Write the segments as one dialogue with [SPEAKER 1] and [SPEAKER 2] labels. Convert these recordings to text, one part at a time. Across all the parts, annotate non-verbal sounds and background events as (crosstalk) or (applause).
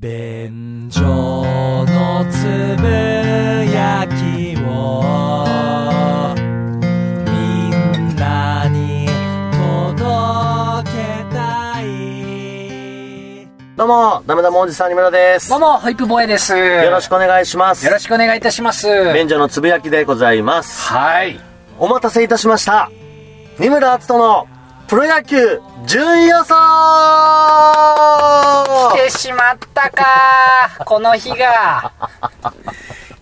[SPEAKER 1] 便所のつぶやきをみんなに届けたい
[SPEAKER 2] どうも、ダメダメおじさんにむらです。
[SPEAKER 3] どうも、ホイップボーイです。
[SPEAKER 2] よろし
[SPEAKER 3] く。
[SPEAKER 2] くお願いします。
[SPEAKER 3] よろしくお願いいたします。は
[SPEAKER 2] 便所のつぶやきでございます。
[SPEAKER 3] い。
[SPEAKER 2] お待たせいたしました。二村篤人のプロ野球順位予想
[SPEAKER 3] 来てしまったかーこの日が。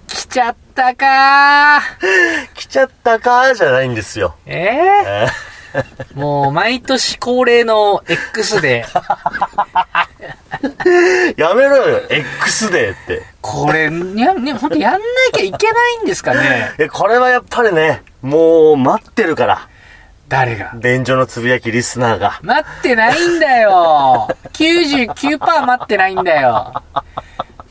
[SPEAKER 3] 来ちゃったかー
[SPEAKER 2] 来ちゃったかじゃないんですよ。
[SPEAKER 3] え
[SPEAKER 2] えー
[SPEAKER 3] ー、もう毎年恒例の X で、
[SPEAKER 2] やめろよ、X デーって。
[SPEAKER 3] これ、や、ね、ほんとやんなきゃいけないんですかね
[SPEAKER 2] え、これはやっぱりね、もう待ってるから。
[SPEAKER 3] 誰が。
[SPEAKER 2] 便所のつぶやきリスナーが。
[SPEAKER 3] 待ってないんだよ !99% 待ってないんだよ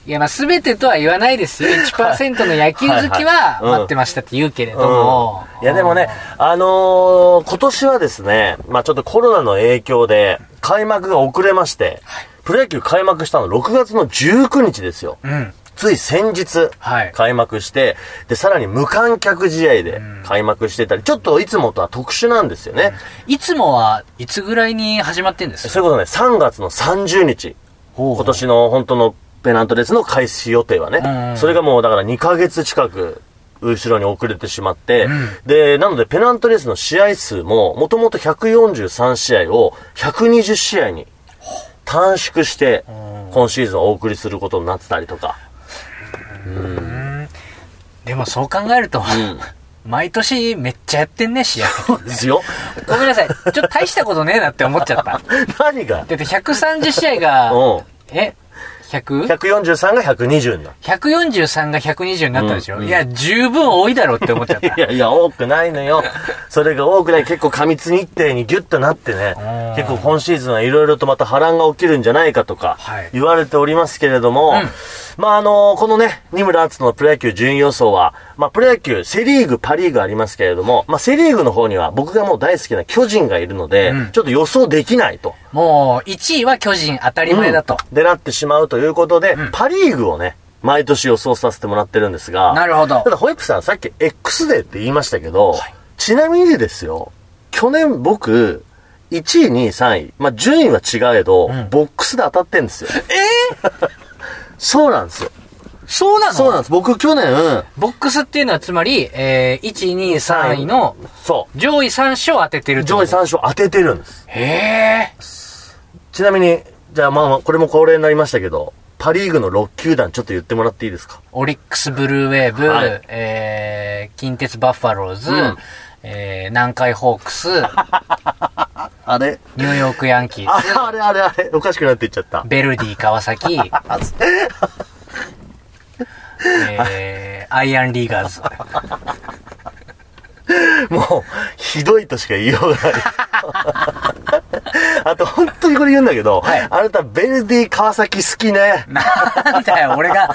[SPEAKER 3] いや、まあ、すべてとは言わないですよ。1%の野球好きは
[SPEAKER 2] (laughs) はいはいうん
[SPEAKER 3] 待ってましたって言うけれども。
[SPEAKER 2] うんいやでもね、あのー今年はですね、まあちょっとコロナの影響で開幕が遅れまして、プロ野球開幕したの6月の19日ですよ。
[SPEAKER 3] うん。
[SPEAKER 2] つい先日
[SPEAKER 3] はい、
[SPEAKER 2] 開幕して、で、さらに無観客試合で開幕してたり、ちょっといつもとは特殊なんですよね。
[SPEAKER 3] いつもはいつぐらいに始まってんです
[SPEAKER 2] そういうことね、3月の30日、今
[SPEAKER 3] 今。
[SPEAKER 2] 年の本当のペナントレースの開始予定は
[SPEAKER 3] うんう
[SPEAKER 2] ね、
[SPEAKER 3] ん
[SPEAKER 2] それがもうだから2ヶ月近く、後ろに遅れてしまって、
[SPEAKER 3] ん
[SPEAKER 2] で、なのでペナントレースの試合数も、もともと143試合を120試合に短縮して、今シーズンはお送りすることになってたりとか。
[SPEAKER 3] でもそう考えると、毎年めっちゃやってんね、試合。
[SPEAKER 2] ですよ。
[SPEAKER 3] ごめんなさい。ちょっと大したことねえなって思っちゃった。だ
[SPEAKER 2] 何が
[SPEAKER 3] って130試合が、
[SPEAKER 2] うん。
[SPEAKER 3] え ?100?143
[SPEAKER 2] 143が120になる。
[SPEAKER 3] が120になったでしょ、
[SPEAKER 2] うんうん
[SPEAKER 3] いや、十分多いだろうって思っちゃった
[SPEAKER 2] (laughs) い。やいや、多くないのよ。それが多くない。結構過密日程にギュッとなってね
[SPEAKER 3] う。ん
[SPEAKER 2] 結構今シーズンはいろいろとまた波乱が起きるんじゃないかとか
[SPEAKER 3] はい、
[SPEAKER 2] 言われておりますけれども、
[SPEAKER 3] うん
[SPEAKER 2] まああの、このね、二村敦のプロ野球順位予想は、まあプロ野球、セリーグ、パリーグありますけれども、まあセリーグの方には僕がもう大好きな巨人がいるので、
[SPEAKER 3] うん
[SPEAKER 2] ちょっと予想できないと。
[SPEAKER 3] もう、1位は巨人当たり前だと。
[SPEAKER 2] うんでなってしまうということで、パリーグをね、毎年予想させてもらってるんですが、
[SPEAKER 3] なるほど
[SPEAKER 2] ただ、ホイップさん、さっき X デーって言いましたけど、ちなみにですよ、去年僕、1位、2位、3位、まあ、順位は違えど、ボックスで当たってんですよ。え (laughs) そうなんですよ。
[SPEAKER 3] そうなの
[SPEAKER 2] そうなんです。僕、去年、
[SPEAKER 3] ボックスっていうのはつまり、えー、1、2、3位の
[SPEAKER 2] そ
[SPEAKER 3] 上位3種を当ててるっ
[SPEAKER 2] う、
[SPEAKER 3] てこ
[SPEAKER 2] 上位
[SPEAKER 3] と
[SPEAKER 2] 3勝当ててるんです。
[SPEAKER 3] へー。
[SPEAKER 2] ちなみに、じゃあ、まあまあ、これも恒例になりましたけど、パリーグの6球団ちょっと言ってもらっていいですか
[SPEAKER 3] オリックスブルーウェーブ、
[SPEAKER 2] はい
[SPEAKER 3] えー、近鉄バッファローズ、
[SPEAKER 2] うん
[SPEAKER 3] えー、南海ホーク
[SPEAKER 2] (laughs)
[SPEAKER 3] ス、
[SPEAKER 2] あれ
[SPEAKER 3] ニューヨークヤンキー
[SPEAKER 2] あ
[SPEAKER 3] ス、
[SPEAKER 2] れあれあれあれおかしくなっていっちゃった。
[SPEAKER 3] ベルディ川
[SPEAKER 2] (laughs)
[SPEAKER 3] 崎、えー、アイアンリーガー
[SPEAKER 2] (laughs)
[SPEAKER 3] ズ。
[SPEAKER 2] もう、ひどいとしか言いよ (laughs) うがない。あと、本当にこれ言うんだけど、あなた、ベルディ川崎好きね。
[SPEAKER 3] なんだよ、俺が、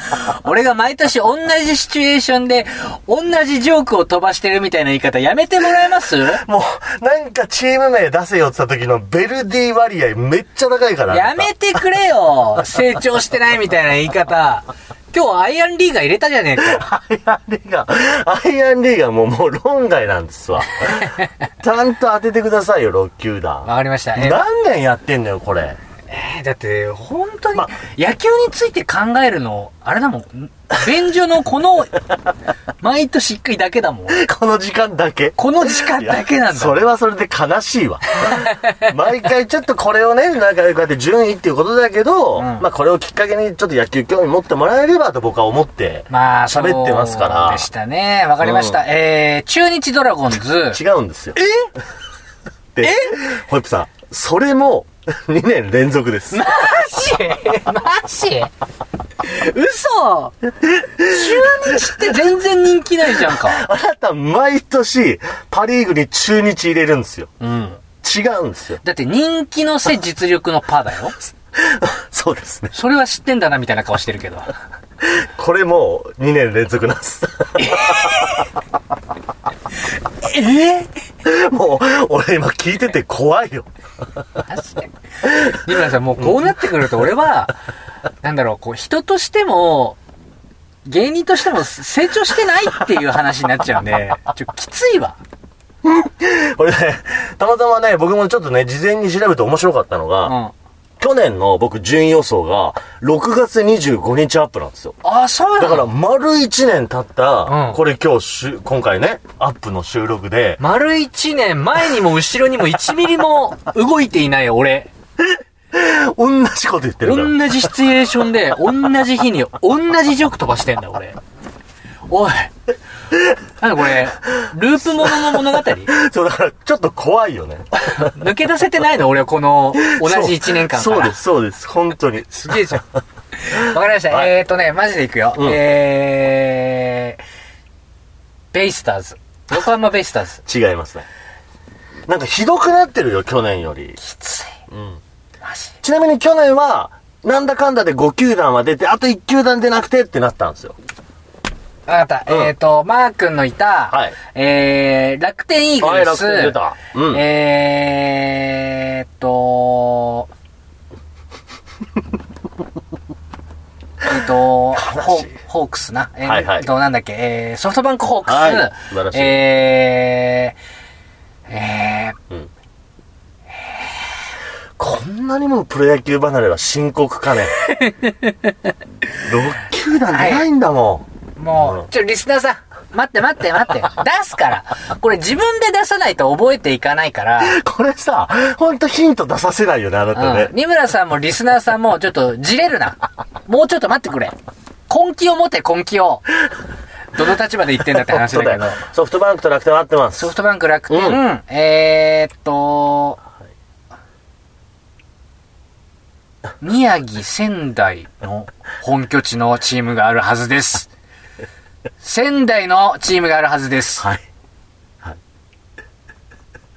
[SPEAKER 3] 俺が毎年同じシチュエーションで、同じジョークを飛ばしてるみたいな言い方やめてもらえますや
[SPEAKER 2] もう、なんかチーム名出せよって言った時のベルディ割合めっちゃ高いから。あなた
[SPEAKER 3] めてくれよ成長してないみたいな言い方。今日アイアンリーガー入れたじゃねえかよ。
[SPEAKER 2] アイアンリーガー、アイアンリーガーもうもう論外なんで
[SPEAKER 3] (laughs)
[SPEAKER 2] すわ。ちゃんと当ててくださいよ、6球
[SPEAKER 3] わ
[SPEAKER 2] 団。
[SPEAKER 3] かりました。えー
[SPEAKER 2] 何年やってんのよ、これ。
[SPEAKER 3] えーだって、本当に、野球について考えるの、あれだもん、便所のこの、毎年一回だけだもん。
[SPEAKER 2] この時間だけ。
[SPEAKER 3] この時間だけなんだ。
[SPEAKER 2] それはそれで悲しいわ。 (laughs) 毎回ちょっとこれをね、なんかこうやって順位っていうことだけど、
[SPEAKER 3] ん
[SPEAKER 2] まあこれをきっかけにちょっと野球興味持ってもらえればと僕は思って、
[SPEAKER 3] まあ、そう
[SPEAKER 2] 喋ってますから
[SPEAKER 3] でしたね。わかりました。えー、中日ドラゴンズ。
[SPEAKER 2] 違うんですよ。え (laughs) で、ホイップさん、それも (laughs) 2年連続です。
[SPEAKER 3] マジ嘘中日って全然人気ないじゃんか。
[SPEAKER 2] あなた毎年パリーグに中日入れるんですよ。
[SPEAKER 3] うん。
[SPEAKER 2] 違うんですよ。 (laughs)
[SPEAKER 3] だって人気のせ実力のパーだよ。
[SPEAKER 2] そうですね。
[SPEAKER 3] それは知ってんだなみたいな顔してるけど。
[SPEAKER 2] これも2年連続なんです。 (laughs)
[SPEAKER 3] え
[SPEAKER 2] もう、俺今聞いてて怖いよ。
[SPEAKER 3] マジで。二村さん、もうこうなってくると俺は、なんだろう、こう、人としても、芸人としても成長してないっていう話になっちゃうんで、ちょ、きついわ。
[SPEAKER 2] (laughs) これね、たまたまね、僕もちょっとね、事前に調べて面白かったのが、
[SPEAKER 3] うん。あ
[SPEAKER 2] 去年の僕順位予想が6月25日アップなんですよ。
[SPEAKER 3] あ、そう
[SPEAKER 2] だ
[SPEAKER 3] な
[SPEAKER 2] から
[SPEAKER 3] の
[SPEAKER 2] 丸1年経った、
[SPEAKER 3] うん
[SPEAKER 2] これ今日しゅ、今回ね、アップの収録で、
[SPEAKER 3] 丸一年、前にも後ろにも1ミリも動いていない俺。
[SPEAKER 2] 同じこと言ってるから。
[SPEAKER 3] 同じシチュエーションで、同じ日に、同じジョーク飛ばしてんだ、俺。おい。なんだこれ、ループものの物語抜
[SPEAKER 2] そう、だからちょっと怖いよね。
[SPEAKER 3] け出せてないの俺、この、同じ1年間か
[SPEAKER 2] そうそう
[SPEAKER 3] ら
[SPEAKER 2] で。す、そうです。本当に。
[SPEAKER 3] すげえじゃん。わかりました。
[SPEAKER 2] はい
[SPEAKER 3] えーとね、マジでいくよ。
[SPEAKER 2] うん
[SPEAKER 3] えー、ベイスターズ。横浜ベイスターズ。
[SPEAKER 2] 違いますね。なんかひどくなってるよ、去年より。
[SPEAKER 3] きつい。
[SPEAKER 2] うん。
[SPEAKER 3] マジ。
[SPEAKER 2] ちなみに去年は、なんだかんだで5球団は出て、あと1球団出なくてってなったんですよ。
[SPEAKER 3] わかった。
[SPEAKER 2] うん
[SPEAKER 3] えーと、マー君のいた、
[SPEAKER 2] はい
[SPEAKER 3] えー、楽天イーグ
[SPEAKER 2] はい、
[SPEAKER 3] ル
[SPEAKER 2] 楽
[SPEAKER 3] ス。
[SPEAKER 2] 天出た。うん。
[SPEAKER 3] えーっと、 (laughs) えーっと、ホ
[SPEAKER 2] 悲しい
[SPEAKER 3] ホークスな。えー
[SPEAKER 2] はいはい
[SPEAKER 3] えーっと、なんだっけ、えーソフトバンクホークス。
[SPEAKER 2] はい素晴らしい
[SPEAKER 3] えー、えー、
[SPEAKER 2] うんこんなにもプロ野球離れは深
[SPEAKER 3] (laughs)
[SPEAKER 2] 刻かね。6球団出ないんだも
[SPEAKER 3] も
[SPEAKER 2] うん
[SPEAKER 3] う、ちょ、リスナーさん。待って待って待って。出すから。これ自分で出さないと覚えていかないから。
[SPEAKER 2] ん。これさ、ほんとヒント出させないよね、あなたね
[SPEAKER 3] うん。。三村さんもリスナーさんもちょっとじれるな。もうちょっと待ってくれ。根気を持て、根気を。どの立場で言ってんだって話だ
[SPEAKER 2] そう
[SPEAKER 3] け
[SPEAKER 2] だよ
[SPEAKER 3] ど。。
[SPEAKER 2] ソフトバンクと楽天は合ってます。
[SPEAKER 3] ソフトバンク楽天、
[SPEAKER 2] う
[SPEAKER 3] えーっと、宮城、仙台の本拠地のチームがあるはずです。仙台のチームがあるはずです。
[SPEAKER 2] はい。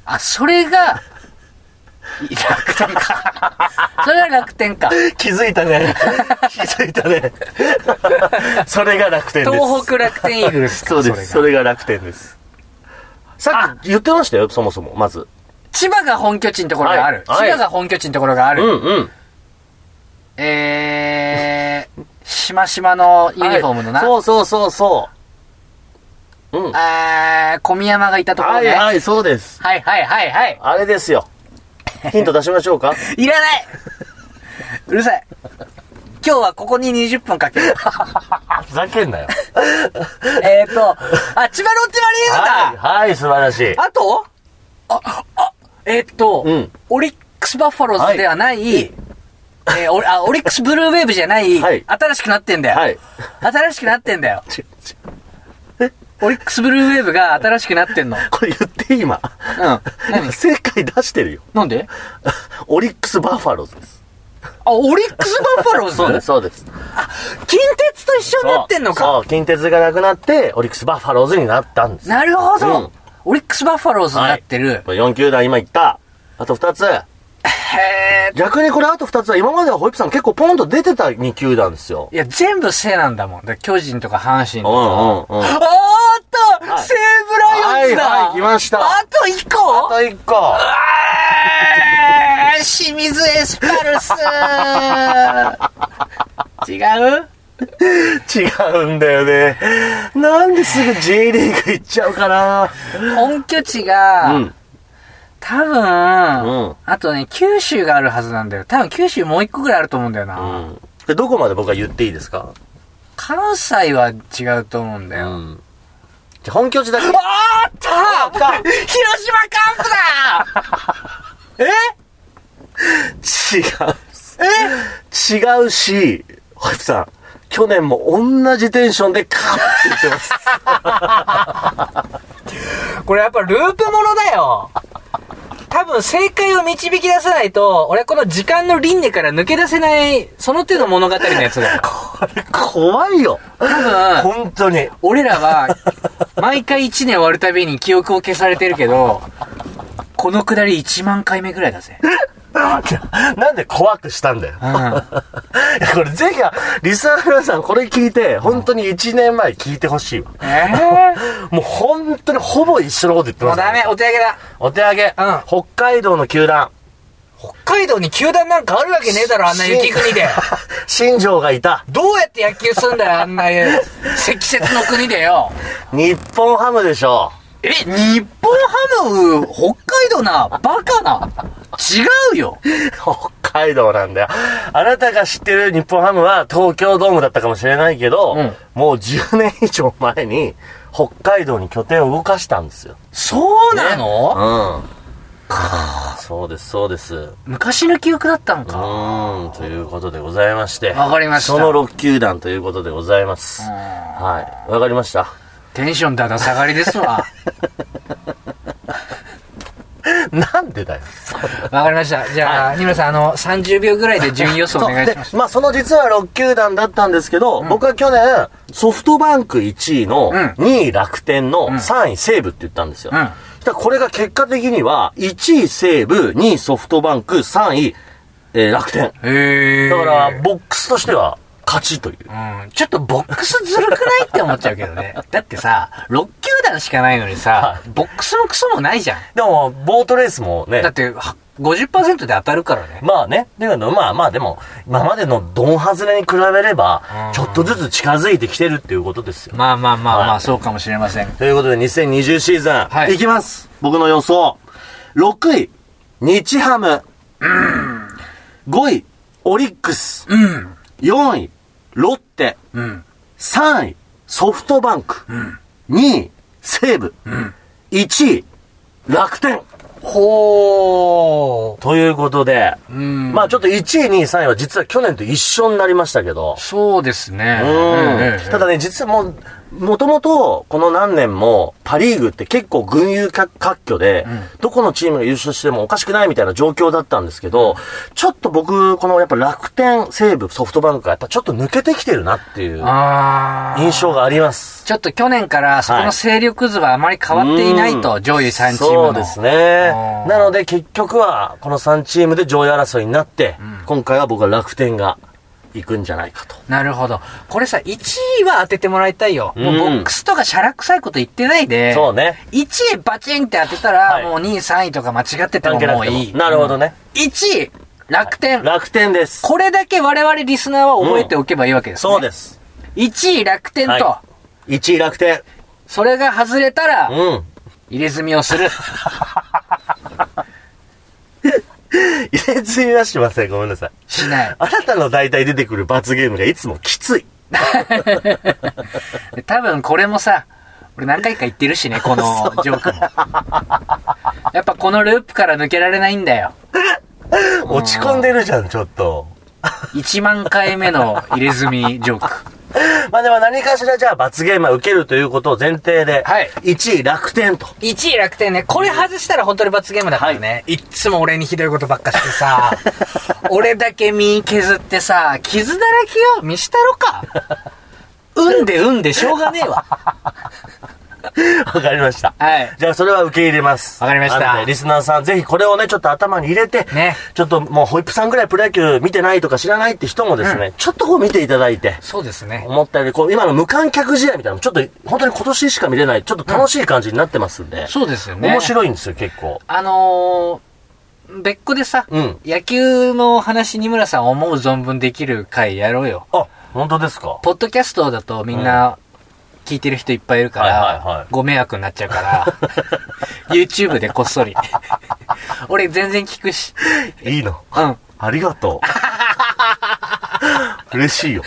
[SPEAKER 3] あ、それが、い楽天か。それが楽天か。
[SPEAKER 2] 気づい
[SPEAKER 3] (laughs)
[SPEAKER 2] たね。気づいたね。それが楽天です。
[SPEAKER 3] 東北楽天イーグルスか
[SPEAKER 2] そうです。
[SPEAKER 3] そ
[SPEAKER 2] そ
[SPEAKER 3] れが
[SPEAKER 2] れが楽天です。さっき言ってましたよ、そもそも、まず。
[SPEAKER 3] 千葉が本拠地のところがある、
[SPEAKER 2] はいはい
[SPEAKER 3] 千葉が本拠地のところがあ
[SPEAKER 2] う
[SPEAKER 3] る、
[SPEAKER 2] んうん。
[SPEAKER 3] えー、しましまのユニフォームのな、
[SPEAKER 2] そうそうそうそう。うん。
[SPEAKER 3] えー、小宮山がいたところ
[SPEAKER 2] はい
[SPEAKER 3] ね。
[SPEAKER 2] はい、そうです。
[SPEAKER 3] はいはいはいはい。
[SPEAKER 2] あれですよ。ヒント出しましょうか
[SPEAKER 3] いらないうるさい。今日はここに20分かけ
[SPEAKER 2] (laughs)
[SPEAKER 3] る。
[SPEAKER 2] ふざけんな (laughs) よ。
[SPEAKER 3] えっと、あ、千葉ロッテマリー
[SPEAKER 2] はい、
[SPEAKER 3] ンズ
[SPEAKER 2] はい、素晴らしい。
[SPEAKER 3] だあとあ、あ、えっ、と、
[SPEAKER 2] うん
[SPEAKER 3] オリックスバッファローズではない、えーおあ、オリックスブルーウェーブじゃない、
[SPEAKER 2] はい
[SPEAKER 3] 新しくなってんだよ。
[SPEAKER 2] はい。
[SPEAKER 3] 新しくなってんだよ。オリックスブルーウェーブが新しくなってんの。うん。
[SPEAKER 2] これ言って今。
[SPEAKER 3] 何
[SPEAKER 2] 正解出してるよ。
[SPEAKER 3] なんで
[SPEAKER 2] オリックス・バファローズです。
[SPEAKER 3] あ、オリックスバッファローズ
[SPEAKER 2] そうです。
[SPEAKER 3] 近鉄と一緒になってんのか。
[SPEAKER 2] そう、近鉄がなくなって、オリックス・バファローズになったんです。
[SPEAKER 3] なるほど、
[SPEAKER 2] うん
[SPEAKER 3] オリックスバッファローズになってる。
[SPEAKER 2] はい、4球団今言った。あと2つ。
[SPEAKER 3] へえ。
[SPEAKER 2] 逆にこれあと2つは今まではホイップさん結構ポンと出てた2球団ですよ。
[SPEAKER 3] いや、全部背なんだもん。だから巨人とか阪神
[SPEAKER 2] うん
[SPEAKER 3] とか。
[SPEAKER 2] うん
[SPEAKER 3] お
[SPEAKER 2] うん。あ
[SPEAKER 3] ーっと、
[SPEAKER 2] はい
[SPEAKER 3] 西武ライオンズだ、
[SPEAKER 2] はいはい来ました
[SPEAKER 3] あと1個
[SPEAKER 2] (laughs) と1個。
[SPEAKER 3] えー清水エスパルス
[SPEAKER 2] (laughs)
[SPEAKER 3] 違う
[SPEAKER 2] 違うんだよね。なんですぐ J リーグ行っちゃうかな。
[SPEAKER 3] 本拠地が、
[SPEAKER 2] うん。
[SPEAKER 3] 多分、
[SPEAKER 2] うん
[SPEAKER 3] あとね、九州があるはずなんだよ。多分九州もう一個ぐらいあると思うんだよな。
[SPEAKER 2] うん。でどこまで僕は言っていいですか
[SPEAKER 3] 関西は違うと思うんだよ。
[SPEAKER 2] ん。じゃあ本拠地だけ。
[SPEAKER 3] あーった
[SPEAKER 2] あった
[SPEAKER 3] 広島カープだえ
[SPEAKER 2] 違
[SPEAKER 3] (laughs) え
[SPEAKER 2] う。違うし、ホイップさん、去年も同じテンションでカーって言ってます。
[SPEAKER 3] これやっぱループものだよ多分正解を導き出さないと、俺この時間の輪廻から抜け出せない、その手の物語のやつだよ。
[SPEAKER 2] 怖いよ。
[SPEAKER 3] 多分、
[SPEAKER 2] 本当に。
[SPEAKER 3] 俺らは、毎回1年終わるたびに記憶を消されてるけど、このくだり1万回目ぐらいだぜ。
[SPEAKER 2] なんで怖くしたんだよ。
[SPEAKER 3] うん。
[SPEAKER 2] いやこれぜひ、リスナーの皆さんこれ聞いて、本当に1年前聞いてほしいわ。
[SPEAKER 3] えー、
[SPEAKER 2] もう本当にほぼ一緒のこと言って
[SPEAKER 3] も
[SPEAKER 2] ま
[SPEAKER 3] う
[SPEAKER 2] す、
[SPEAKER 3] ダメ、お手上げだ。
[SPEAKER 2] お手上げ、
[SPEAKER 3] うん
[SPEAKER 2] 北海道の球団。
[SPEAKER 4] 北海道に球団なんかあるわけねえだろ、あんな雪国で。
[SPEAKER 2] 新庄がいた。
[SPEAKER 4] どうやって野球すんだよ、あんな積雪の国でよ。
[SPEAKER 2] 日本ハムでしょ。
[SPEAKER 3] え、日本ハム、北海道な、バカな。違うよ。
[SPEAKER 2] 北海道なんだよ。あなたが知ってる日本ハムは東京ドームだったかもしれないけど、
[SPEAKER 3] うん
[SPEAKER 2] もう10年以上前に北海道に拠点を動かしたんですよ。
[SPEAKER 3] そうなの、
[SPEAKER 2] うん。そうです、そうです。う
[SPEAKER 3] 昔の記憶だったのか。
[SPEAKER 2] ーん、ということでございまして。
[SPEAKER 3] わかりました
[SPEAKER 2] その6球団ということでございます。はい。わかりました。
[SPEAKER 3] テンションだだ下がりですわ。
[SPEAKER 2] なんでだよ。
[SPEAKER 4] わかりました。じゃあ、二村さん、あの、30秒ぐらいで順位予想お願いします。
[SPEAKER 2] そうでまあ、その実は6球団だったんですけど、僕は去年、ソフトバンク1位の、
[SPEAKER 3] ん
[SPEAKER 2] 2位楽天の、3位西武って言ったんですよ。
[SPEAKER 3] うん
[SPEAKER 2] そしたらこれが結果的には、1位西武、2位ソフトバンク、3位、えー楽天。
[SPEAKER 3] へえ。
[SPEAKER 2] だから、ボックスとしては、勝ちという。
[SPEAKER 3] うん、ちょっとボックスずるくないって思っちゃうけどね。 (laughs) だってさ、6球団しかないのにさ、ボックスのクソもないじゃん。
[SPEAKER 2] でも、ボートレースもね
[SPEAKER 3] だ、って、は50%で当たるからね。
[SPEAKER 2] まあね。だけど、まあまあ、でも、今までのドン外れに比べれば、ちょっとずつ近づいてきてるっていうことですよ。
[SPEAKER 3] まあまあまあま
[SPEAKER 2] は
[SPEAKER 3] あ、
[SPEAKER 2] い
[SPEAKER 3] そうかもしれません。
[SPEAKER 2] ということで、2020シーズン、
[SPEAKER 3] はい
[SPEAKER 2] い、きます僕の予想。6位、日ハム。5位、オリックス。
[SPEAKER 3] うん。
[SPEAKER 2] 4位、ロッテ。
[SPEAKER 3] うん。
[SPEAKER 2] 3位、ソフトバンク。2位、西武。1位、楽天。
[SPEAKER 4] ほー。
[SPEAKER 2] ということで、
[SPEAKER 3] うん。
[SPEAKER 2] まあちょっと1位、2位、3位は実は去年と一緒になりましたけど、
[SPEAKER 3] そうですね。ええ
[SPEAKER 2] ただね、実はもう、もともと、この何年も、パリーグって結構群雄割拠で、どこのチームが優勝してもおかしくないみたいな状況だったんですけど、ちょっと僕、このやっぱ楽天、西武、ソフトバンクがやっぱちょっと抜けてきてるなっていう
[SPEAKER 3] ああ。
[SPEAKER 2] 印象があります。
[SPEAKER 3] ちょっと去年から、そこの勢力図はあまり変わっていないと、
[SPEAKER 2] うん
[SPEAKER 3] 上位3チームの。
[SPEAKER 2] そうですね
[SPEAKER 3] う。ん
[SPEAKER 2] なので結局は、この3チームで上位争いになって、今回は僕は楽天が行くんじゃないかと。
[SPEAKER 3] なるほど。これさ、1位は当ててもらいたいよ。もううんボックスとかシャラ臭いこと言ってないで。
[SPEAKER 2] そうね。
[SPEAKER 3] 1位バチンって当てた
[SPEAKER 2] は
[SPEAKER 3] ら、
[SPEAKER 2] い
[SPEAKER 3] もう2位、3位とか間違ってても
[SPEAKER 2] 関係な
[SPEAKER 3] も
[SPEAKER 2] く
[SPEAKER 3] う
[SPEAKER 2] て
[SPEAKER 3] いい。
[SPEAKER 2] も。なるほどね。
[SPEAKER 3] 1位、楽天。
[SPEAKER 2] 楽天です。
[SPEAKER 3] これだけ我々リスナーは覚えておけばいいわけです、ね
[SPEAKER 2] そうです。
[SPEAKER 3] 1位楽天と、
[SPEAKER 2] は1位楽天。
[SPEAKER 3] それが外れたら、
[SPEAKER 2] うん。
[SPEAKER 3] 入れ墨をする。
[SPEAKER 2] 入れ墨はしません。ごめんなさい。
[SPEAKER 3] しない。
[SPEAKER 2] あなたの大体出てくる罰ゲームがいつもきつい。
[SPEAKER 3] 多分これもさ、俺何回か言ってるし (laughs) ね、このジョークも。やっぱこのループから抜けられないんだよ。
[SPEAKER 2] 落ち込んでるじゃん、ちょっと。
[SPEAKER 3] 1万回目の入れ墨ジョーク。
[SPEAKER 2] まあでも何かしらじゃあ罰ゲームは受けるということを前提で、
[SPEAKER 3] はい
[SPEAKER 2] 1位楽天と。
[SPEAKER 4] 1位楽天ね。これ外したら本当に罰ゲームだからね。いっつも俺にひどいことばっかして
[SPEAKER 3] (laughs)
[SPEAKER 4] さ。
[SPEAKER 3] 俺だけ身削ってさ、傷だらけよ、見したろか。うんでうんでしょうがねえわ。
[SPEAKER 2] わかりました。
[SPEAKER 3] はい
[SPEAKER 2] じゃあそれは受け入れます。
[SPEAKER 3] わかりました
[SPEAKER 2] なのでリスナーさん、ぜひこれをね、ちょっと頭に入れて、
[SPEAKER 3] ね
[SPEAKER 2] ちょっともうホイップさんぐらいプロ野球見てないとか知らないって人もですね、ちょっとこう見ていただいて、
[SPEAKER 3] そうですね。
[SPEAKER 2] 思ったより、こう、今の無観客試合みたいなのもちょっと、本当に今年しか見れない、ちょっと楽しい感じになってますんで。
[SPEAKER 3] そうですよね。
[SPEAKER 2] 面白いんですよ、結構。
[SPEAKER 3] あのー、別個でさ、
[SPEAKER 2] うん
[SPEAKER 3] 野球の話に村さん思う存分できる回やろうよ。
[SPEAKER 2] あ、本当ですか
[SPEAKER 3] ポッドキャストだとみんな聞いてる人いっぱいいるか
[SPEAKER 2] はいはいは
[SPEAKER 3] ら
[SPEAKER 2] い、
[SPEAKER 3] ご迷惑になっちゃう
[SPEAKER 2] (laughs)
[SPEAKER 3] から、YouTube でこっそり。俺全然聞くし。
[SPEAKER 2] いいの。
[SPEAKER 3] うん。
[SPEAKER 2] ありがと (laughs) う。嬉しいよ。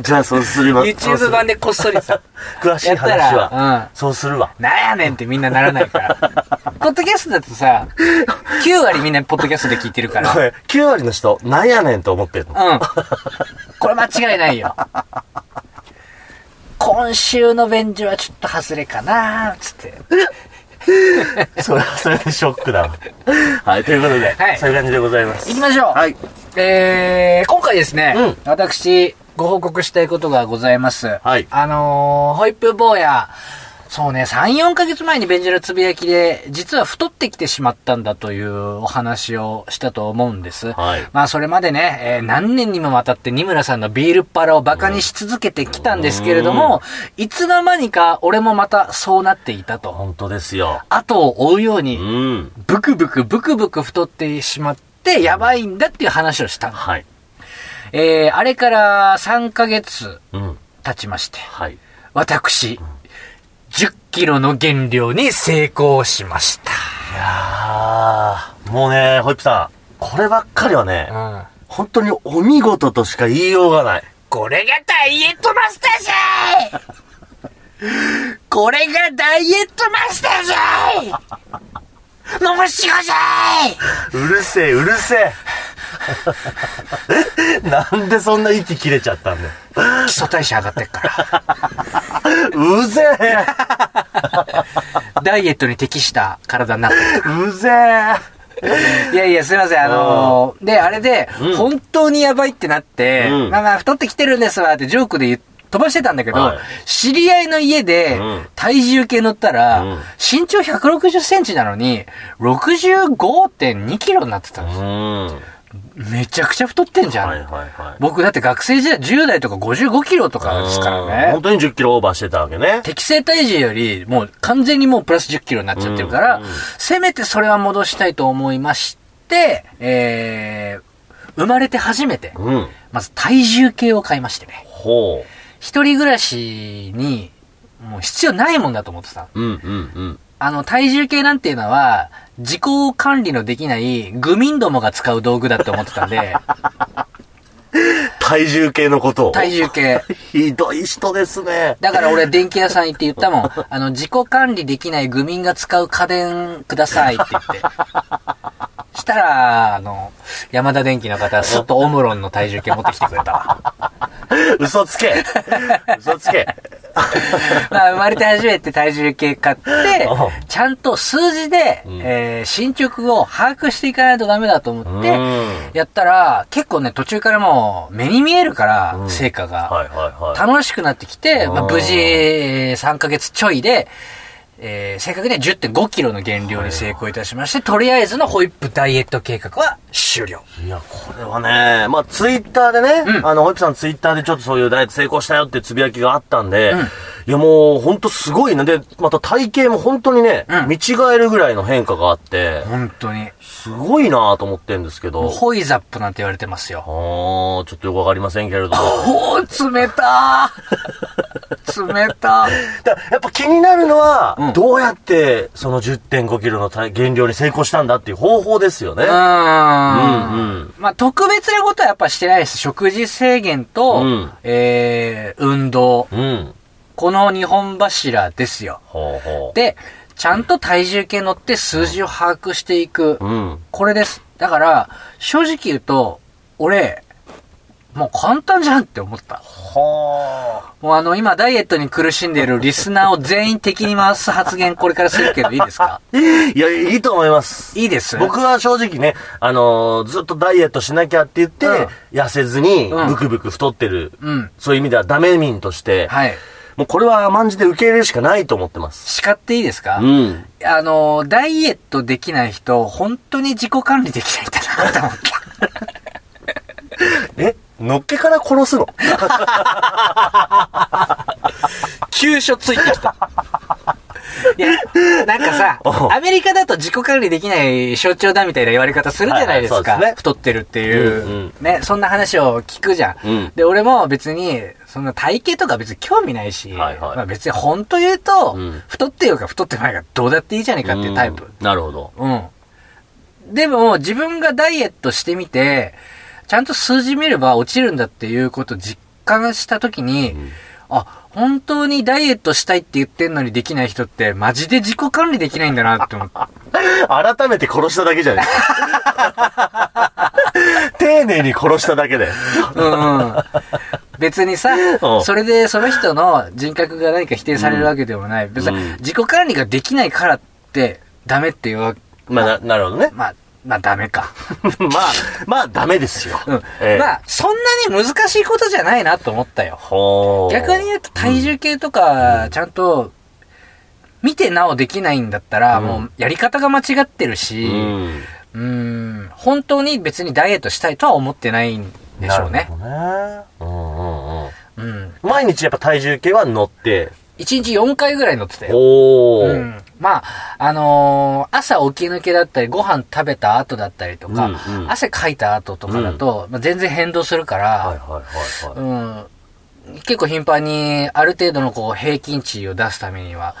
[SPEAKER 2] じゃあ、そうするわ。
[SPEAKER 3] YouTube 版でこっそりさ。
[SPEAKER 2] 詳しい
[SPEAKER 3] やった
[SPEAKER 2] 話
[SPEAKER 3] ら、
[SPEAKER 2] は、
[SPEAKER 3] うん。
[SPEAKER 2] そうするわ。
[SPEAKER 3] なんやねんってみんなならないから。ポッドキャストだとさ、9割みんなポッドキャストで聞いてるから
[SPEAKER 2] こ。れ、9割の人、なんやねんと思ってるの。
[SPEAKER 3] うん。これ間違いないよ。今週のベンジはちょっと外れかなつって。
[SPEAKER 2] それはそれでショックだわ。
[SPEAKER 3] (laughs)
[SPEAKER 2] はい、ということで、
[SPEAKER 3] はい
[SPEAKER 2] そういう感じでございます。
[SPEAKER 3] 行きましょう。
[SPEAKER 2] はい。
[SPEAKER 3] えー、今回ですね、
[SPEAKER 2] うん
[SPEAKER 3] 私、ご報告したいことがございます。
[SPEAKER 2] はい
[SPEAKER 3] あのー、ホイップ坊や、そうね、3、4ヶ月前にベンジのつぶやきで、実は太ってきてしまったんだというお話をしたと思うんです。
[SPEAKER 2] はい
[SPEAKER 3] まあ、それまでね、えー何年にもわたって二村さんのビールっ腹をバカにし続けてきたんですけれども、いつの間にか俺もまたそうなっていたと。
[SPEAKER 2] 本当ですよ。
[SPEAKER 3] 後を追うように
[SPEAKER 2] う、ん。
[SPEAKER 3] ブクブクブクブク太ってしまってやばいんだっていう話をしたの。
[SPEAKER 2] はい。
[SPEAKER 3] えー、あれから3ヶ月
[SPEAKER 2] うん。
[SPEAKER 3] 経ちまして、
[SPEAKER 2] はい。
[SPEAKER 3] 私、10キロの減量に成功しました。
[SPEAKER 2] ああ、もうね、ホイップさん、こればっかりはね、
[SPEAKER 3] うん。
[SPEAKER 2] 本当にお見事としか言いようがない。
[SPEAKER 3] これがダイエットマスターじゃいこれがダイエットマスターじゃいのもしごじゃいう
[SPEAKER 2] るせえ、うるせえ。 (laughs) なんでそんな息切れちゃったんだよ。
[SPEAKER 3] 基礎代謝上がってっから。
[SPEAKER 2] うぜ
[SPEAKER 3] ダイエットに適した体になってる
[SPEAKER 2] え、うぜえ。
[SPEAKER 3] いやいや、すいません、あのーで、あれで、
[SPEAKER 2] うん
[SPEAKER 3] 本当にやばいってなって、
[SPEAKER 2] うん
[SPEAKER 3] まあまあ、太ってきてるんですわってジョークで言っ飛ばしてたんだけど、
[SPEAKER 2] はい
[SPEAKER 3] 知り合いの家で
[SPEAKER 2] うん
[SPEAKER 3] 体重計乗ったら、
[SPEAKER 2] うん
[SPEAKER 3] 身長160センチなのに、65.2キロになってた
[SPEAKER 2] うん。
[SPEAKER 3] の。
[SPEAKER 2] は
[SPEAKER 3] めちゃくちゃ太ってんじ
[SPEAKER 2] い
[SPEAKER 3] ゃん。
[SPEAKER 2] はいはい。
[SPEAKER 3] 僕だって学生時代10代とか55キロとかですから
[SPEAKER 2] 本
[SPEAKER 3] ね。
[SPEAKER 2] 当に10キロオーバーしてたわけね。
[SPEAKER 3] 適正体重よりもう完全にもうプラス10キロになっちゃってるから、
[SPEAKER 2] うんうん
[SPEAKER 3] せめてそれは戻したいと思いまして、えー、生まれて初めて、
[SPEAKER 2] うん。
[SPEAKER 3] まず体重計を買いましてね。
[SPEAKER 2] ほ
[SPEAKER 3] 一人暮らしに、もう必要ないもんだと思ってた。
[SPEAKER 2] う。うんうんうん。
[SPEAKER 3] あの、体重計なんていうのは、自己管理のできない愚民どもが使う道具だって思ってたん
[SPEAKER 2] (laughs)
[SPEAKER 3] で、
[SPEAKER 2] 体重計のことを。
[SPEAKER 3] 体重計。
[SPEAKER 2] ひどい人ですね。
[SPEAKER 3] だから俺電気屋さん行って言ったもん。 (laughs) あの、自己管理できない愚民が使う家電くださいって言って。したら、あの、山田電機の方はすっとオムロンの体重計持ってきてくれた
[SPEAKER 2] (laughs)
[SPEAKER 3] わ。
[SPEAKER 2] 嘘つけ。嘘つけ。
[SPEAKER 3] まあ、生まれて初めて体重計買って
[SPEAKER 2] (laughs) う、
[SPEAKER 3] ちゃんと数字で、
[SPEAKER 2] ん
[SPEAKER 3] えー進捗を把握していかないとダメだと思っ
[SPEAKER 2] うん
[SPEAKER 3] て、やったら、結構ね、途中からもう目に見えるから、
[SPEAKER 2] うん
[SPEAKER 3] 成果が。
[SPEAKER 2] はいはいはい。
[SPEAKER 3] 楽しくなってきて、まあ、
[SPEAKER 2] あー
[SPEAKER 3] 無事、えー3ヶ月ちょいで、えー正確には10.5キロの減量に成功いたしまして、とりあえずのホイップダイエット計画は終了。
[SPEAKER 2] いや、これはね、まあ、ツイッターでね、
[SPEAKER 3] うん
[SPEAKER 2] あの、ホイップさんツイッターでちょっとそういうダイエット成功したよってつぶやきがあったんで、
[SPEAKER 3] ん
[SPEAKER 2] いや、もう、ほんとすごいね。で、また体型も本当にね、
[SPEAKER 3] うん
[SPEAKER 2] 見違えるぐらいの変化があって、
[SPEAKER 3] 本当に。
[SPEAKER 2] すごいなぁと思ってるんですけど、
[SPEAKER 3] ホイザップなんて言われてますよ。
[SPEAKER 2] あー、ちょっとよくわかりませんけれども。
[SPEAKER 3] おー、冷たー (laughs) 冷たー
[SPEAKER 2] だやっぱ気になるのは、
[SPEAKER 3] うん
[SPEAKER 2] どうやって、その1 0 5キロの体減量に成功したんだっていう方法ですよね。
[SPEAKER 3] う
[SPEAKER 2] うん
[SPEAKER 3] ん。
[SPEAKER 2] うん。
[SPEAKER 3] まあ、特別なことはやっぱしてないです。食事制限と、
[SPEAKER 2] うん
[SPEAKER 3] えー、運動。
[SPEAKER 2] うん。
[SPEAKER 3] この二本柱ですよ。
[SPEAKER 2] ほうほう。
[SPEAKER 3] で、ちゃんと体重計乗って数字を把握していく
[SPEAKER 2] う。ん。
[SPEAKER 3] これです。だから、正直言うと、俺、もう簡単じゃんって思った。
[SPEAKER 2] はあ。
[SPEAKER 3] もうあの、今ダイエットに苦しんでいるリスナーを全員敵に回す発言これからするけどいいです
[SPEAKER 2] (laughs)
[SPEAKER 3] か
[SPEAKER 2] いや、いいと思います。
[SPEAKER 3] いいです
[SPEAKER 2] 僕は正直ね、あのーずっとダイエットしなきゃって言って、
[SPEAKER 3] う
[SPEAKER 2] 痩せずに、
[SPEAKER 3] うん
[SPEAKER 2] ブクブク太ってる、
[SPEAKER 3] うん。
[SPEAKER 2] そういう意味ではダメ民として、
[SPEAKER 3] はい。
[SPEAKER 2] もうこれは甘んじて受け入れるしかないと思ってます。
[SPEAKER 3] 叱っていいですか、
[SPEAKER 2] ん。
[SPEAKER 3] あの、ダイエットできない人、本当に自己管理できないんだなと思った。
[SPEAKER 2] えのっけから殺すの
[SPEAKER 3] 急所ついてきた。 (laughs) いや、なんかさ、
[SPEAKER 2] (laughs) お
[SPEAKER 3] アメリカだと自己管理できない象徴だみたいな言われ方するじゃないですか。
[SPEAKER 2] はいはいそうですね
[SPEAKER 3] 太ってるっていう、
[SPEAKER 2] うんうん
[SPEAKER 3] ね、そんな話を聞くじゃん。
[SPEAKER 2] うん
[SPEAKER 3] で、俺も別に、そんな体型とか別に興味ないし、
[SPEAKER 2] はいはい
[SPEAKER 3] まあ、別に本当言うと、
[SPEAKER 2] うん
[SPEAKER 3] 太ってようか太ってないかどうだっていいじゃねえかっていうタイプ。
[SPEAKER 2] うんなるほど。
[SPEAKER 3] うん。でも、自分がダイエットしてみて、ちゃんと数字見れば落ちるんだっていうことを実感したときに、あ、本当にダイエットしたいって言ってんのにできない人って、マジで自己管理できないんだなって
[SPEAKER 2] (laughs)
[SPEAKER 3] 思った。
[SPEAKER 2] 改めて殺しただけじゃないです
[SPEAKER 3] (laughs)
[SPEAKER 2] か。丁寧に殺しただけで。
[SPEAKER 3] うんうん。別にさ
[SPEAKER 2] う、ん
[SPEAKER 3] それでその人の人格が何か否定されるわけでもない。別に
[SPEAKER 2] うん
[SPEAKER 3] 自己管理ができないからって、ダメっていうわけ、。
[SPEAKER 2] まあ、ななるほどね
[SPEAKER 3] (laughs) まあ、まあダメか。
[SPEAKER 2] まあ、まあ、ダメですよ。
[SPEAKER 3] うん。
[SPEAKER 2] ええ
[SPEAKER 3] まあ、そんなに難しいことじゃないなと思ったよ。
[SPEAKER 2] ほう
[SPEAKER 3] 逆に言うと体重計とか、ちゃんと、見てなおできないんだったら、
[SPEAKER 2] うん
[SPEAKER 3] もうやり方が間違ってるし、
[SPEAKER 2] う。
[SPEAKER 3] うんーん、本当に別にダイエットしたいとは思ってないんでしょうね。
[SPEAKER 2] なるほどね。うんうんう
[SPEAKER 3] う
[SPEAKER 2] ん。
[SPEAKER 3] ん。
[SPEAKER 2] 毎日やっぱ体重計は乗って。
[SPEAKER 3] 1日4回ぐらい乗ってたよ。
[SPEAKER 2] お
[SPEAKER 3] う
[SPEAKER 2] ー。
[SPEAKER 3] ん。まあ、あのー朝起き抜けだったり、ご飯食べた後だったりとか、
[SPEAKER 2] うんうん
[SPEAKER 3] 汗かいた後とかだと、まあ、全然変動するから、
[SPEAKER 2] はいはいはいはい。
[SPEAKER 3] うん、結構頻繁にある程度のこう平均値を出すためには、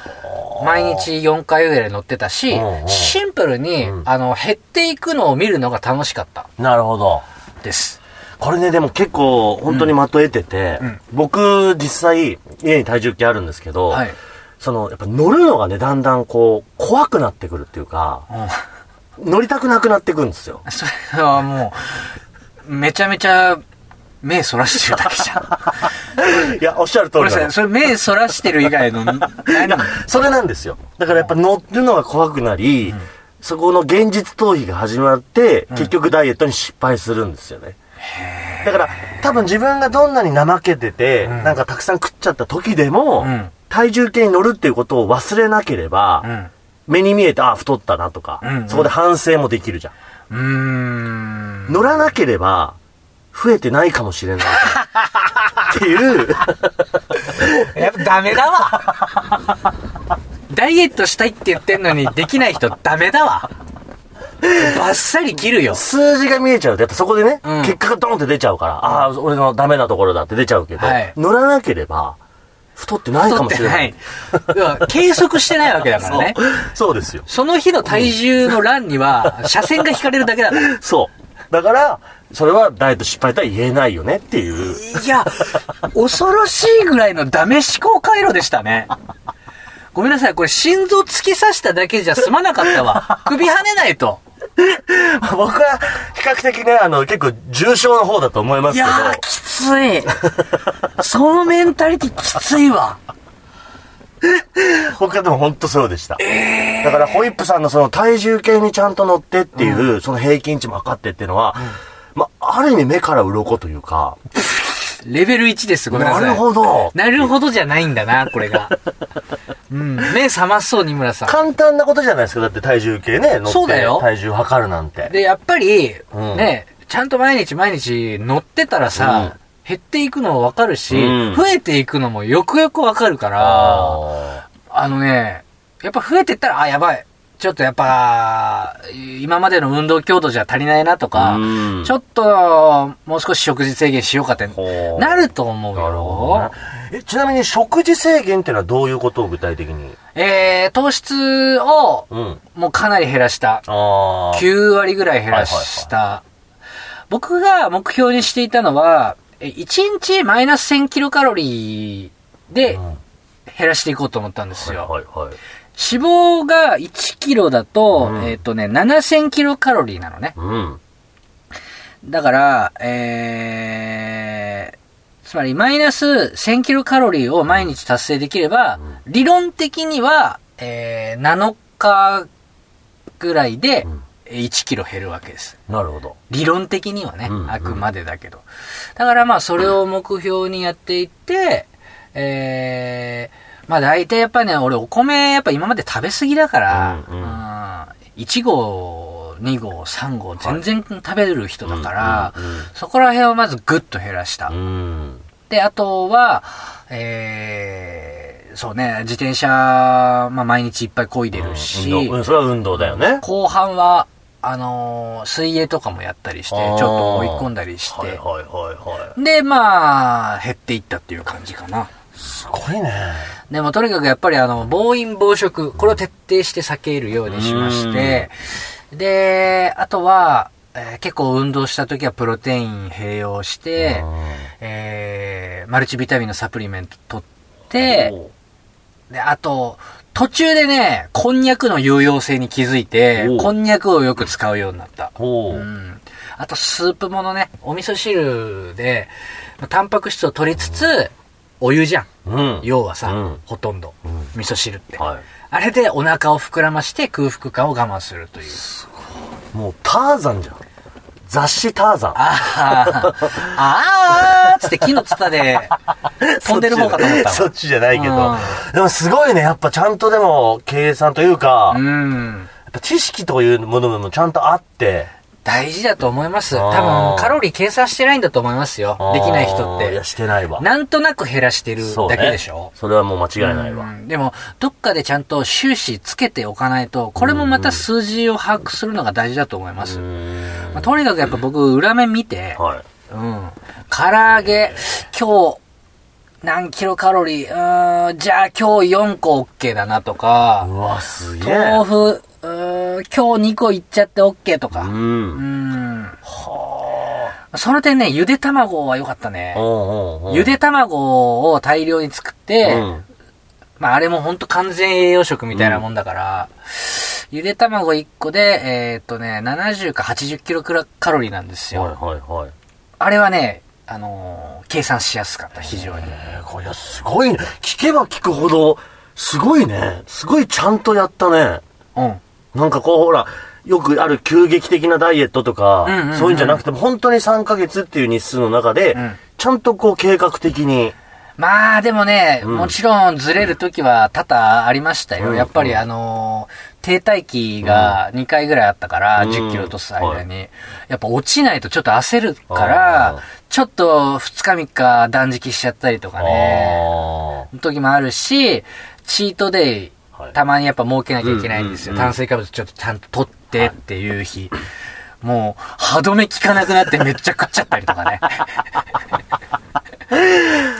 [SPEAKER 3] 毎日4回ぐらい乗ってたし
[SPEAKER 2] うんう、ん
[SPEAKER 3] シンプルに、
[SPEAKER 2] うん
[SPEAKER 3] あの、減っていくのを見るのが楽しかった
[SPEAKER 2] なるほど。
[SPEAKER 3] です。
[SPEAKER 2] これね、でも結構本当に的得てて、
[SPEAKER 3] うん
[SPEAKER 2] 僕実際家に体重計あるんですけど、
[SPEAKER 3] はい。
[SPEAKER 2] そのやっぱ乗るのがね、だんだんこう怖くなってくるっていうか、
[SPEAKER 3] う
[SPEAKER 2] 乗りたくなくなってくるんですよ。
[SPEAKER 3] (laughs) ん、それはもう、めちゃめちゃ目そらしてるだけじゃん。
[SPEAKER 2] (laughs) いや、おっしゃる通
[SPEAKER 3] ご
[SPEAKER 2] り
[SPEAKER 3] めんな
[SPEAKER 2] な
[SPEAKER 3] さ
[SPEAKER 2] の
[SPEAKER 3] い、それ目そらしてる以外の何
[SPEAKER 2] そ (laughs) れなんですよ。だからやっぱ乗るのが怖くなり、そこの現実逃避が始まって、結局ダイエットに失敗するんですよね。だから多分自分がどんなに怠けてて、なんかたくさん食っちゃった時でも、
[SPEAKER 3] うん
[SPEAKER 2] 体重計に乗るっていうことを忘れなければ、
[SPEAKER 3] うん。
[SPEAKER 2] 目に見えて、あ、太ったなとか、
[SPEAKER 3] うんうん
[SPEAKER 2] そこで反省もできるじゃ
[SPEAKER 3] う
[SPEAKER 2] ん。
[SPEAKER 3] ーん。
[SPEAKER 2] 乗らなければ、増えてないかもしれ
[SPEAKER 3] (laughs)
[SPEAKER 2] ない。っていう、
[SPEAKER 4] やっぱダメだわ。
[SPEAKER 3] ダイエットしたいって言ってんのにできない人ダメだわ。バッサリ切るよ。
[SPEAKER 2] 数字が見えちゃうと、やっぱそこでね、
[SPEAKER 3] うん
[SPEAKER 2] 結果がドンって出ちゃうから、ああ、俺のダメなところだって出ちゃうけど、
[SPEAKER 3] はい
[SPEAKER 2] 乗らなければ、太ってないかもしれない。
[SPEAKER 3] 太ってない。要は計測してないわけだからね。
[SPEAKER 2] そうですよ。
[SPEAKER 3] その日の体重の欄には、車線が引かれるだけだから。
[SPEAKER 2] そう。だから、それはダイエット失敗とは言えないよねっていう。
[SPEAKER 3] いや、恐ろしいぐらいのダメ思考回路でしたね。ごめんなさい、これ心臓突き刺しただけじゃ済まなかったわ。首跳ねないと。
[SPEAKER 2] 僕は、比較的ね、あの、結構重症の方だと思います
[SPEAKER 3] い
[SPEAKER 2] けど、
[SPEAKER 3] やー、きつい。そのメンタリティきついわ。
[SPEAKER 2] 僕はでも本当そうでした。だからホイップさんのその体重計にちゃんと乗ってっていう、その平均値も測ってっていうのは、まあ、ある意味目から鱗というか、
[SPEAKER 3] レベル1です、ごめんなさ。
[SPEAKER 2] ないるほど。
[SPEAKER 3] なるほどじゃないんだな、これが。うん。目覚まそう、二村さん。
[SPEAKER 2] 簡単なことじゃないですか。だって体重計ね、乗っ
[SPEAKER 3] そうだ
[SPEAKER 2] て
[SPEAKER 3] よ
[SPEAKER 2] 体重測るなんて。
[SPEAKER 3] で、やっぱり、
[SPEAKER 2] うん
[SPEAKER 3] ね、ちゃんと毎日毎日乗ってたらさ、
[SPEAKER 2] うん
[SPEAKER 3] 減っていくのもわかるし、
[SPEAKER 2] うん
[SPEAKER 3] 増えていくのもよくよくわかるから、
[SPEAKER 2] あ
[SPEAKER 3] あのね、やっぱ増えてったら、あ、やばい。ちょっとやっぱ、今までの運動強度じゃ足りないなとか、
[SPEAKER 2] うん
[SPEAKER 3] ちょっと、もう少し食事制限しようかって
[SPEAKER 2] ほ、う
[SPEAKER 3] なると思う
[SPEAKER 2] ー
[SPEAKER 3] よ。
[SPEAKER 2] なるほどね、え、ちなみに食事制限っていうのはどういうことを具体的に
[SPEAKER 3] えー、糖質を、
[SPEAKER 2] うん。
[SPEAKER 3] もうかなり減らした。
[SPEAKER 2] ああ。
[SPEAKER 3] 9割ぐらい減らした。僕が目標にしていたのは、え1日マイナス1000キロカロリーで
[SPEAKER 2] うん
[SPEAKER 3] 減らしていこうと思ったんですよ。
[SPEAKER 2] はいはいはい。
[SPEAKER 3] 脂肪が1キロだと、
[SPEAKER 2] うん
[SPEAKER 3] えっ、とね、7000キロカロリーなのね。
[SPEAKER 2] うん。
[SPEAKER 3] だから、えー、つまりマイナス1000キロカロリーを毎日達成できれば、理論的には、えー、7日ぐらいで
[SPEAKER 2] ん
[SPEAKER 3] 1キロ減るわけです。
[SPEAKER 2] なるほど。
[SPEAKER 3] 理論的にはね、
[SPEAKER 2] うん
[SPEAKER 3] あくまでだけど。だからまあ、それを目標にやっていって、えー、まあ大体やっぱね、俺お米やっぱ今まで食べ過ぎだから、
[SPEAKER 2] うんうん
[SPEAKER 3] うん1合、2合、3合、全然食べる人だから、
[SPEAKER 2] うんうんうん
[SPEAKER 3] そこら辺をまずぐっと減らした。
[SPEAKER 2] うん。
[SPEAKER 3] で、あとは、えー、そうね、自転車、まあ毎日いっぱい漕いでるし、
[SPEAKER 2] 運動うん、それは運動だよね。
[SPEAKER 3] 後半は、あのー水泳とかもやったりして、ち
[SPEAKER 2] あ
[SPEAKER 3] ょ
[SPEAKER 2] ー
[SPEAKER 3] っと追い込んだりして、
[SPEAKER 2] はいはいはいはい。
[SPEAKER 3] で、まあ、減っていったっていう感じかな。
[SPEAKER 2] すごいね。
[SPEAKER 3] でもとにかくやっぱりあの、暴飲暴食、これを徹底して避けるようにしまして、で、あとは、えー結構運動した時はプロテイン併用して、えーマルチビタミンのサプリメント取って、で、あと、途中でね、こんにゃくの有用性に気づいて
[SPEAKER 2] お、う
[SPEAKER 3] こんにゃくをよく使うようになった。
[SPEAKER 2] ほ
[SPEAKER 3] う
[SPEAKER 2] う。
[SPEAKER 3] んあと、スープものね、お味噌汁で、まあタンパク質を取りつつ、お湯じゃん。
[SPEAKER 2] うん。
[SPEAKER 3] 要はさ、
[SPEAKER 2] うん
[SPEAKER 3] ほとんど、味噌汁って。
[SPEAKER 2] は
[SPEAKER 3] あれでお腹を膨らまして空腹感を我慢するという。
[SPEAKER 2] い。もう、ターザンじゃん。雑誌ターザン。
[SPEAKER 3] ああ、あーつって木のツタで
[SPEAKER 2] (laughs)
[SPEAKER 3] 飛んでる方かと思ったわ
[SPEAKER 2] そっちじゃないけ
[SPEAKER 3] う
[SPEAKER 2] ど
[SPEAKER 3] ん。
[SPEAKER 2] でもすごいね。やっぱちゃんとでも、計算というか、
[SPEAKER 3] う
[SPEAKER 2] やっ
[SPEAKER 3] ん。
[SPEAKER 2] ぱ知識というものもちゃんとあって、
[SPEAKER 3] 大事だと思います。
[SPEAKER 2] あー
[SPEAKER 3] 多分、カロリー計算してないんだと思いますよ。できない人っ
[SPEAKER 2] あーい
[SPEAKER 3] て
[SPEAKER 2] や、。してないわ。
[SPEAKER 3] なんとなく減らしてる
[SPEAKER 2] そうね
[SPEAKER 3] だけでしょ
[SPEAKER 2] それはもう間違いないわ。
[SPEAKER 3] うんでも、どっかでちゃんと収支つけておかないと、これもまた数字を把握するのが大事だと思います。
[SPEAKER 2] う
[SPEAKER 3] まあとにかくやっぱ僕、裏面見て、
[SPEAKER 2] ーんはい。
[SPEAKER 3] うん。唐揚げ、今日、何キロカロリー、うーん、じゃあ今日4個 OK だなとか
[SPEAKER 2] う、わ、すげえ。
[SPEAKER 3] 豆腐、うーん、今日2個いっちゃって OK と
[SPEAKER 2] う
[SPEAKER 3] か。う
[SPEAKER 2] ん。うん
[SPEAKER 3] ん。その点ね、ゆで卵は良かったね。
[SPEAKER 2] うんうん
[SPEAKER 3] ゆで卵を大量に作って、
[SPEAKER 2] うん
[SPEAKER 3] まああれもほんと完全栄養食みたいなもんだから、ゆで卵1個で、えーっとね、70か80キロクラカロリーなんですよ。
[SPEAKER 2] はいはいはい。
[SPEAKER 3] あれはね、あのー計算しやすかった、非常に。
[SPEAKER 2] えーこれすごいね。聞けば聞くほど、すごいね。すごいちゃんとやったね。
[SPEAKER 3] うん。
[SPEAKER 2] なんかこうほら、よくある急激的なダイエットとか、
[SPEAKER 3] うんうんうん
[SPEAKER 2] そういうんじゃなくても、本当に3ヶ月っていう日数の中で、
[SPEAKER 3] うん
[SPEAKER 2] ちゃんとこう計画的に。
[SPEAKER 3] まあでもね、
[SPEAKER 2] うん
[SPEAKER 3] もちろんずれる時は多々ありましたよ。
[SPEAKER 2] うん
[SPEAKER 3] やっぱりあのー停滞期が2回ぐらいあったから、
[SPEAKER 2] うん
[SPEAKER 3] 10キロ落とす間に、やっぱ落ちないとちょっと焦るから
[SPEAKER 2] あー、
[SPEAKER 3] ちょっと2日3日断食しちゃったりとかね、
[SPEAKER 2] あ
[SPEAKER 3] 時もあるし、チートデイ、
[SPEAKER 2] ーはい
[SPEAKER 3] たまにやっぱ儲けなきゃいけないんですよ。
[SPEAKER 2] うんうんうん
[SPEAKER 3] 炭水化物ちょっとちゃんと取ってっていう日。もう、歯止め効かなくなってめっちゃ食っちゃったりとか
[SPEAKER 2] (laughs)
[SPEAKER 3] ね。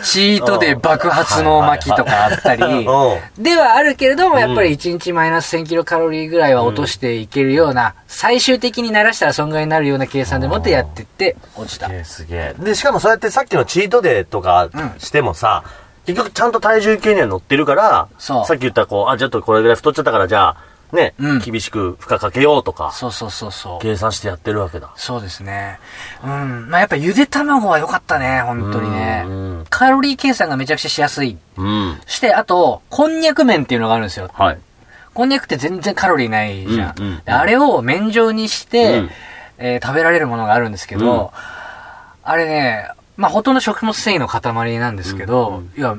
[SPEAKER 3] チートで爆発の巻とかあったり。
[SPEAKER 2] うん
[SPEAKER 3] ではあるけれども、やっぱり1日マイナス1000キロカロリーぐらいは落としていけるような、最終的にならしたら損害になるような計算でもってやってって落ちた
[SPEAKER 2] すげ。えすげえ。で、しかもそうやってさっきのチートデーとか
[SPEAKER 3] うん
[SPEAKER 2] してもさ、結局ちゃんと体重計には乗ってるから、
[SPEAKER 3] そう
[SPEAKER 2] さっき言ったこう、あ、ちょっとこれぐらい太っちゃったから、じゃあ、ね、
[SPEAKER 3] うん
[SPEAKER 2] 厳しく負荷かけようとか、
[SPEAKER 3] そうそうそうそう。
[SPEAKER 2] 計算してやってるわけだ。
[SPEAKER 3] そうですね。うん。まあ、やっぱゆで卵は良かったね、本当にね
[SPEAKER 2] うんうん。
[SPEAKER 3] カロリー計算がめちゃくちゃしやすい。
[SPEAKER 2] うん。
[SPEAKER 3] して、あと、こんにゃく麺っていうのがあるんですよ。
[SPEAKER 2] はい。
[SPEAKER 3] こんにゃくって全然カロリーないじゃん。
[SPEAKER 2] うんうんうん
[SPEAKER 3] であれを麺状にして、
[SPEAKER 2] うん
[SPEAKER 3] えー食べられるものがあるんですけど、
[SPEAKER 2] うん
[SPEAKER 3] あれね、まあ、ほとんど食物繊維の塊なんですけど、いや、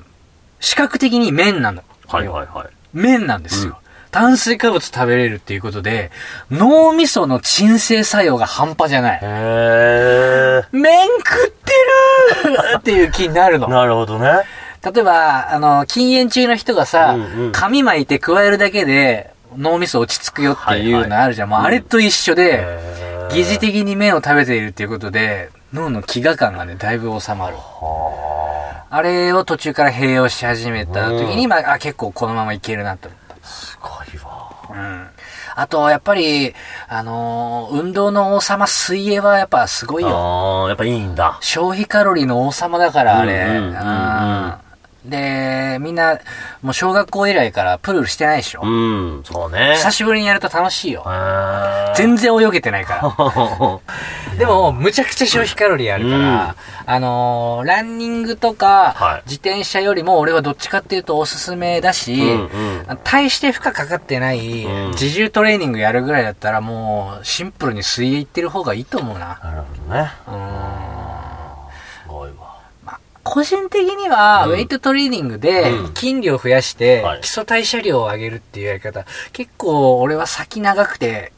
[SPEAKER 3] 視覚的に麺なんだ。
[SPEAKER 2] はいはいはい。
[SPEAKER 3] 麺なんですよ。
[SPEAKER 2] うん
[SPEAKER 3] 炭水化物食べれるっていうことで、脳みその鎮静作用が半端じゃない。
[SPEAKER 2] へ
[SPEAKER 3] 麺食ってるーっていう気になる
[SPEAKER 2] ー。
[SPEAKER 3] の。
[SPEAKER 2] なるほどね。
[SPEAKER 3] 例えば、あの、禁煙中の人がさ、
[SPEAKER 2] うんうん
[SPEAKER 3] 紙巻いて加えるだけで脳みそ落ち着くよっていうのあるじゃん。
[SPEAKER 2] はいはい
[SPEAKER 3] もうあれと一緒で、
[SPEAKER 2] へー
[SPEAKER 3] 疑似的に麺を食べているっていうことで、脳の飢餓感がね、だいぶ収まる。あれを途中から併用し始めた時に、まあ、あ結構このままいけるなと思った。
[SPEAKER 2] すごいわ。
[SPEAKER 3] うんあと、やっぱり、あのー運動の王様、水泳はやっぱすごいよ。
[SPEAKER 2] あー、やっぱいいんだ。
[SPEAKER 3] 消費カロリーの王様だから、あれ。
[SPEAKER 2] うんうんうんうん
[SPEAKER 3] うんで、みんな、もう小学校以来からプールしてないでしょ、
[SPEAKER 2] うん、そうね。
[SPEAKER 3] 久しぶりにやると楽しいよ。
[SPEAKER 2] へー
[SPEAKER 3] 全然泳げてないから。でも、むちゃくちゃ消費カロリーあるから、あのーランニングとか、
[SPEAKER 2] はい
[SPEAKER 3] 自転車よりも俺はどっちかっていうとおすすめだし、
[SPEAKER 2] うんうん
[SPEAKER 3] 対して負荷かかってない、
[SPEAKER 2] うん
[SPEAKER 3] 自重トレーニングやるぐらいだったらもう、シンプルに水泳行ってる方がいいと思うな。
[SPEAKER 2] なるほどね。
[SPEAKER 3] うん
[SPEAKER 2] すごいわ。
[SPEAKER 3] 個人的には、
[SPEAKER 2] うん
[SPEAKER 3] ウェイトトレーニングで
[SPEAKER 2] うん、
[SPEAKER 3] 筋量増やして
[SPEAKER 2] はい、
[SPEAKER 3] 基礎代謝量を上げるっていうやり方、結構俺は先長くて、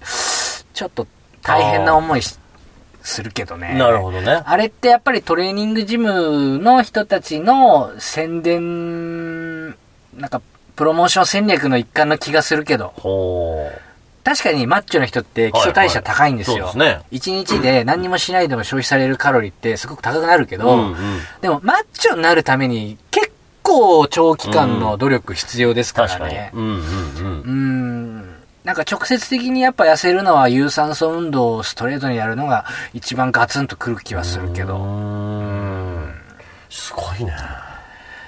[SPEAKER 3] ちょっと大変な思いしするけどね。
[SPEAKER 2] なるほどね。
[SPEAKER 3] あれってやっぱりトレーニングジムの人たちの宣伝、なんか、プロモーション戦略の一環の気がするけど、
[SPEAKER 2] ほー。
[SPEAKER 3] 確かにマッチョな人って基礎代謝高いんですよ。
[SPEAKER 2] はいはいそうですね
[SPEAKER 3] 一日で何にもしないでも消費されるカロリーってすごく高くなるけど、
[SPEAKER 2] うんうん
[SPEAKER 3] でも、マッチョになるために、結構長期間の努力必要ですか
[SPEAKER 2] 確
[SPEAKER 3] ら
[SPEAKER 2] かに
[SPEAKER 3] ね。。
[SPEAKER 2] うんうん
[SPEAKER 3] うーん。なんか直接的にやっぱ痩せるのは有酸素運動をストレートにやるのが一番ガツンとくる気はするけ
[SPEAKER 2] う
[SPEAKER 3] ど。
[SPEAKER 2] ん。うーん。すごいね。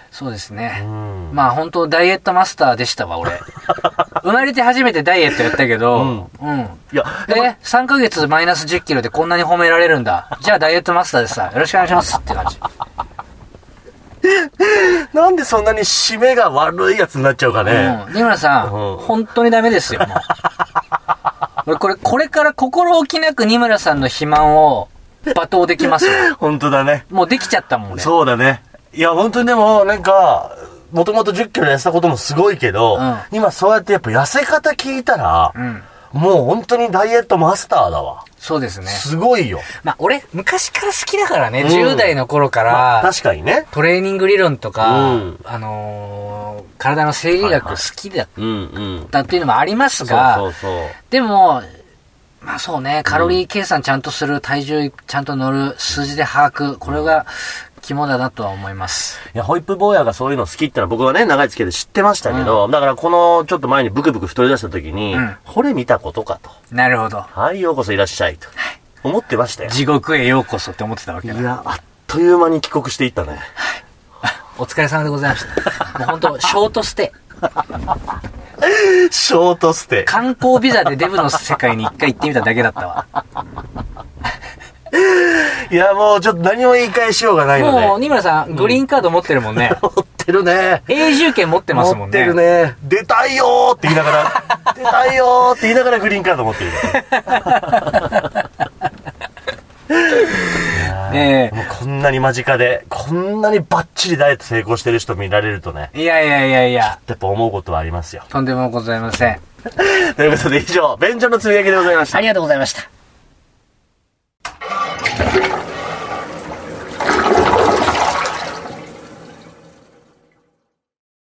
[SPEAKER 3] そうです
[SPEAKER 2] う
[SPEAKER 3] ね。
[SPEAKER 2] ん。
[SPEAKER 3] まあ本当ダイエットマスターでしたわ、俺。 (laughs) 生まれて初めてダイエットやったけど、うん。
[SPEAKER 2] いや、
[SPEAKER 3] え、3ヶ月マイナス10キロでこんなに褒められるんだ。じゃあダイエットマスターでさ、よろしくお願いしますって感じ。
[SPEAKER 2] なんでそんなに締めが悪いやつになっちゃうかね。
[SPEAKER 3] うん。二村さん、
[SPEAKER 2] うん
[SPEAKER 3] 本当にダメですよ、
[SPEAKER 2] (laughs)
[SPEAKER 3] もう。俺これ、これから心置きなく二村さんの肥満を罵倒できますよ。
[SPEAKER 2] 本当だね。
[SPEAKER 3] もうできちゃったもんね。
[SPEAKER 2] そうだね。いや、本当にでも、なんか、もともと10キロ痩せたこともすごいけど、
[SPEAKER 3] うん
[SPEAKER 2] 今そうやってやっぱ痩せ方聞いたら、
[SPEAKER 3] うん。
[SPEAKER 2] もう本当にダイエットマスターだわ。
[SPEAKER 3] そうですね。
[SPEAKER 2] すごいよ。
[SPEAKER 3] まあ、俺、
[SPEAKER 4] 昔から好きだからね、
[SPEAKER 2] うん
[SPEAKER 4] 10代の頃から、
[SPEAKER 2] まあ確かにね。
[SPEAKER 4] トレーニング理論とか、
[SPEAKER 2] うん
[SPEAKER 3] あのー体の生理学好きだっ
[SPEAKER 2] うんうん。
[SPEAKER 3] たっていうのもあります
[SPEAKER 2] そ
[SPEAKER 3] が、
[SPEAKER 2] うそうそう。
[SPEAKER 3] でも、まあそうね、カロリー計算ちゃんとする、体重ちゃんと乗る、数字で把握、これが肝だなとは思います。
[SPEAKER 2] いや、ホイップ坊やがそういうの好きってのは僕はね、長い付き合いで知ってましたけど、だからこのちょっと前にブクブク太り出した時に、
[SPEAKER 3] うん
[SPEAKER 2] これ見たことかと。
[SPEAKER 3] なるほど。
[SPEAKER 2] はい、ようこそいらっしゃいと。思ってましたよ。
[SPEAKER 3] 地獄へようこそって思ってたわけだ。
[SPEAKER 2] いや、あっという間に帰国していったね。
[SPEAKER 4] お疲れ様でございました。もう本当ショートステイ。
[SPEAKER 2] (laughs) ショートステイ。
[SPEAKER 3] 観光ビザでデブの世界に一回行ってみただけだったわ。
[SPEAKER 2] いや、もうちょっと何も言い返しようがないので。
[SPEAKER 4] もう、二村さん、グリーンカード持ってるもんね。
[SPEAKER 2] 持ってるね。
[SPEAKER 4] 永住権持ってますも
[SPEAKER 2] 持
[SPEAKER 4] ん
[SPEAKER 2] っ
[SPEAKER 4] ね。
[SPEAKER 2] てるね。出たいよーって言いながら、出たいよーって言いながらグリーンカード持っている。
[SPEAKER 3] え
[SPEAKER 2] もうこんなに間近で、こんなにバッチリダイエット成功してる人見られるとね、
[SPEAKER 3] えいやいやいやいや、
[SPEAKER 2] やっぱ思うことはありますよ。
[SPEAKER 3] とんでもございません。
[SPEAKER 2] ということで以上、便所のつぶやきでございました
[SPEAKER 3] あ。りがとうございました。